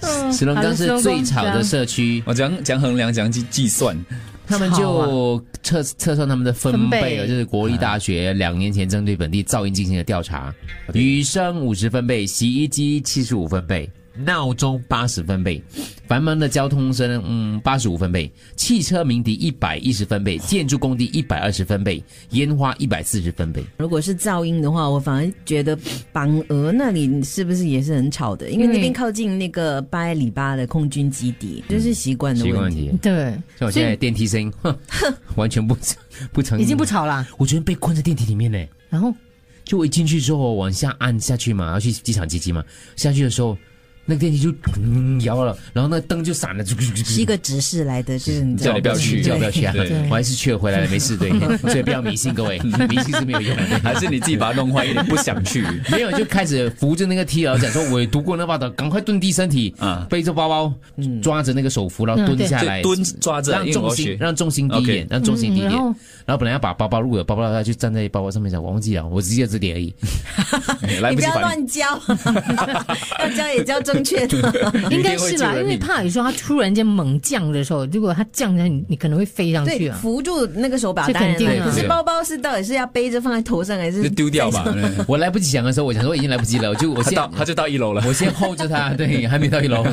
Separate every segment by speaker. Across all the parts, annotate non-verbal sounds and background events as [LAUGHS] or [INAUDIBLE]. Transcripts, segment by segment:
Speaker 1: 嗯
Speaker 2: 石龙岗是最吵的社区，
Speaker 3: 我讲讲衡量，讲计计 [LAUGHS] 算，
Speaker 2: 他们就测测算他们的分贝了，就是国立大学两年前针对本地噪音进行了调查，雨声五十分贝，洗衣机七十五分贝。闹钟八十分贝，繁忙的交通声嗯八十五分贝，汽车鸣笛一百一十分贝，建筑工地一百二十分贝，烟花一百四十分贝。
Speaker 4: 如果是噪音的话，我反而觉得榜鹅那里是不是也是很吵的？因为那边靠近那个巴埃里巴的空军基地，就是习惯的
Speaker 2: 习惯
Speaker 4: 问
Speaker 2: 问
Speaker 4: 题。
Speaker 2: 题，
Speaker 1: 对，
Speaker 2: 像我现在电梯声音，
Speaker 1: [LAUGHS]
Speaker 2: 哼，完全不不成，
Speaker 1: 已经不。吵啦。
Speaker 2: 我昨天被困在电梯里面呢，
Speaker 1: 然后
Speaker 2: 就我一进去之后往下按下去嘛，要去机场接机嘛，下去的时候那个电梯就、嗯、摇了，然后那个灯就闪了，
Speaker 4: 是一个指示来的，就是你知道
Speaker 3: 叫你不要去，
Speaker 4: 对
Speaker 2: 叫我不要去啊
Speaker 3: 对
Speaker 1: 对
Speaker 2: 我还是去了回来了，没
Speaker 1: [LAUGHS]
Speaker 2: 事，对，所以不要迷信各位，迷信是没有用的。
Speaker 3: 还是你自己把它弄坏一点，不想 [LAUGHS] 去。
Speaker 2: 没有，就开始扶着那个梯儿，啊讲说我也读过那报道，赶快蹲低身体，
Speaker 3: 嗯
Speaker 2: 背着包包，抓着那个手扶，然后
Speaker 1: 嗯
Speaker 2: 蹲
Speaker 1: 对
Speaker 2: 下
Speaker 3: 就
Speaker 2: 来，
Speaker 3: 蹲抓着，
Speaker 2: 让
Speaker 3: 因为
Speaker 2: 重
Speaker 3: 我要
Speaker 2: 心
Speaker 3: 学
Speaker 2: 让重心低一点
Speaker 3: OK，
Speaker 2: 让重心低一
Speaker 1: 嗯
Speaker 2: 点。
Speaker 1: 然后
Speaker 2: 然后本来要把包包入了包包，他就站在包包上面讲，我忘记了，我只记得这点而 [LAUGHS] 已。
Speaker 3: 哎 [LAUGHS] 来
Speaker 4: 你
Speaker 3: 不
Speaker 4: 不
Speaker 3: 及
Speaker 4: 要
Speaker 3: 反应。
Speaker 4: 乱教，要教也教正确
Speaker 3: [LAUGHS]
Speaker 4: 的。
Speaker 1: 应该是啦，因
Speaker 3: 有一天会救人
Speaker 1: 为
Speaker 3: 命
Speaker 1: 怕有时候它突然间猛降的时候，如果它降了，你你可能会飞上去
Speaker 4: 对，
Speaker 1: 啊。
Speaker 4: 扶住那个手把
Speaker 1: 这
Speaker 4: 当然
Speaker 1: 肯定
Speaker 4: 了
Speaker 1: 啊
Speaker 4: 可是包包是到底是要背着放在头上还是
Speaker 3: 就丢掉吧。对
Speaker 2: 我来不及想的时候，我想说已经哎来不及了，我就我
Speaker 3: 他
Speaker 2: 先
Speaker 3: 到他就到一
Speaker 2: [LAUGHS]
Speaker 3: 楼了，
Speaker 2: 我先 hold 着他，对，还没到一楼，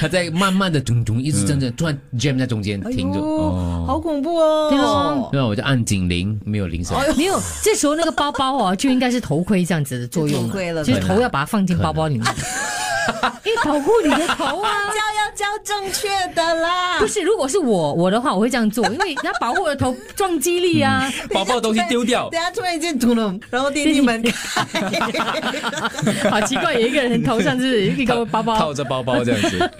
Speaker 2: 他在慢慢的咚咚一直真正突然 jam 在中间
Speaker 4: 哎
Speaker 2: 停住，
Speaker 4: 呦，好恐怖哦！哎
Speaker 1: 对哦
Speaker 2: 然后我就按警铃，没有铃声。
Speaker 1: 没有，这时候那个包包哦，就应该是头盔这样子的作用
Speaker 4: 就头盔了
Speaker 1: 就是
Speaker 2: 可
Speaker 3: 啊
Speaker 1: 头
Speaker 2: 能
Speaker 1: 要把它放进包包里面， [LAUGHS] 因为保护你的头啊。
Speaker 4: 教 [LAUGHS] 要教正确的啦
Speaker 1: 不。是，如果是我我的话，我会这样做，因为它保护我的头撞击力啊。
Speaker 3: 把包东西丢掉。
Speaker 4: 等下突然间咚咚，然后电梯门开，
Speaker 1: [LAUGHS] 好奇怪，有一个人头上就是一个包包
Speaker 3: 嗯套，着包包这样子，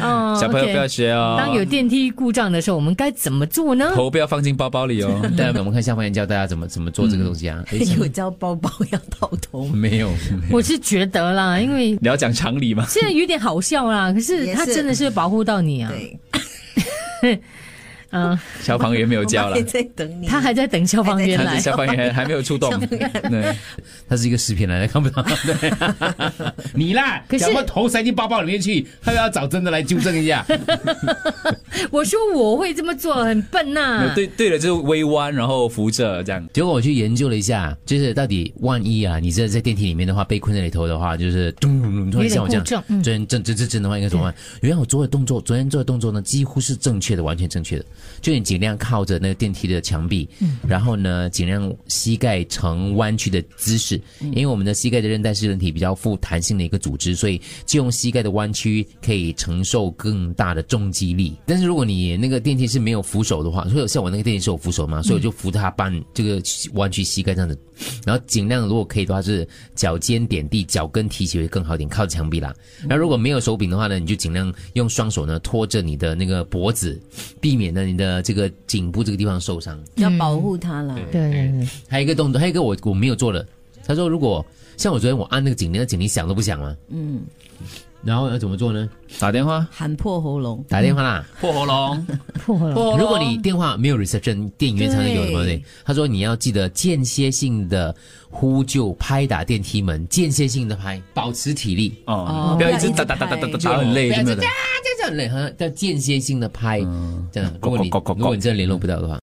Speaker 1: 嗯
Speaker 3: [LAUGHS] 小朋友不要
Speaker 1: OK
Speaker 3: 学哦。
Speaker 1: 当有电梯故障的时候，我们该怎么做呢？
Speaker 3: [LAUGHS] 头不要放进包包 [LAUGHS] 里哦。
Speaker 2: 大家我们看下方言教大家怎么怎么做这个东西啊？诶
Speaker 4: 哎
Speaker 2: [LAUGHS]
Speaker 4: 有教包包要套头吗？
Speaker 2: 没有，
Speaker 1: 我是觉得啦，因为
Speaker 3: 你要讲常理吗？
Speaker 1: 现在有点好笑啦，可是
Speaker 4: 也
Speaker 1: 它
Speaker 4: 是
Speaker 1: 真的是保护到你啊。
Speaker 4: 对，
Speaker 1: 嗯，
Speaker 3: 消防员没有教
Speaker 4: [LAUGHS] 我
Speaker 3: 了
Speaker 4: 妈也，在等你。
Speaker 1: 他还在等消防员
Speaker 3: 但 [LAUGHS]
Speaker 1: 来
Speaker 3: 是。消防员还没有出动。对，
Speaker 2: 它是一个视频来的，看不到。 [LAUGHS] 对你啦，
Speaker 1: 可是
Speaker 2: 想把头塞进包包里面去，还要找真的来纠正一下。
Speaker 1: 我说我会这么做，很笨呐、
Speaker 3: 对对了，就是微弯，然后扶着这样。
Speaker 2: 结果我去研究了一下，就是到底万一啊，你这在电梯里面的话，被困在里头的话，就是咚咚咚，突然像我这样，
Speaker 1: 有点故障嗯
Speaker 2: 真真真真真的话应该怎么办？原来我做的动作，昨天做的动作呢，几乎是正确的，完全正确的。就你尽量靠着那个电梯的墙壁，然后呢，尽量膝盖呈弯曲的姿势，因为我们的膝盖的韧带是人体比较富弹性的一个组织，所以就用膝盖的弯曲可以承受更大的重击力。但是如果你那个电梯是没有扶手的话，所以像我那个电梯是有扶手嘛，所以我就扶着它半这个弯曲膝盖这样子，然后尽量如果可以的话，就是脚尖点地，脚跟提起会更好一点，靠墙壁啦。那如果没有手柄的话呢，你就尽量用双手呢托着你的那个脖子，避免呢你的这个颈部这个地方受伤。
Speaker 4: 要保护他啦。
Speaker 3: 嗯
Speaker 1: 对对对，
Speaker 2: 还有一个动作，还有一个我我没有做的，他说如果像我昨天我按那个警铃，那警铃响都不响嘛，嗯，然后要怎么做呢？
Speaker 3: 打电话
Speaker 4: 喊破喉咙，
Speaker 2: 打电话啦。
Speaker 3: 破喉咙，
Speaker 1: 破了。
Speaker 2: 如果你电话没有 reception，电影院才能有的嘛，对不嗯对
Speaker 4: 对？
Speaker 2: 他说你要记得间歇性的呼救，拍打电梯门，间歇性的拍，保持体力。
Speaker 3: 哦
Speaker 4: 哦，
Speaker 3: 不要一直
Speaker 4: 不要一
Speaker 3: 打
Speaker 4: 直
Speaker 3: 打打打打打，
Speaker 4: 拍
Speaker 3: 打很累，
Speaker 2: 不要
Speaker 3: 真
Speaker 2: 这
Speaker 3: 的
Speaker 2: 样这样这样很累，好像叫间歇性的拍，这样。如果你
Speaker 3: 嗯咕咕咕咕咕
Speaker 2: 如果你真的联络不到的话。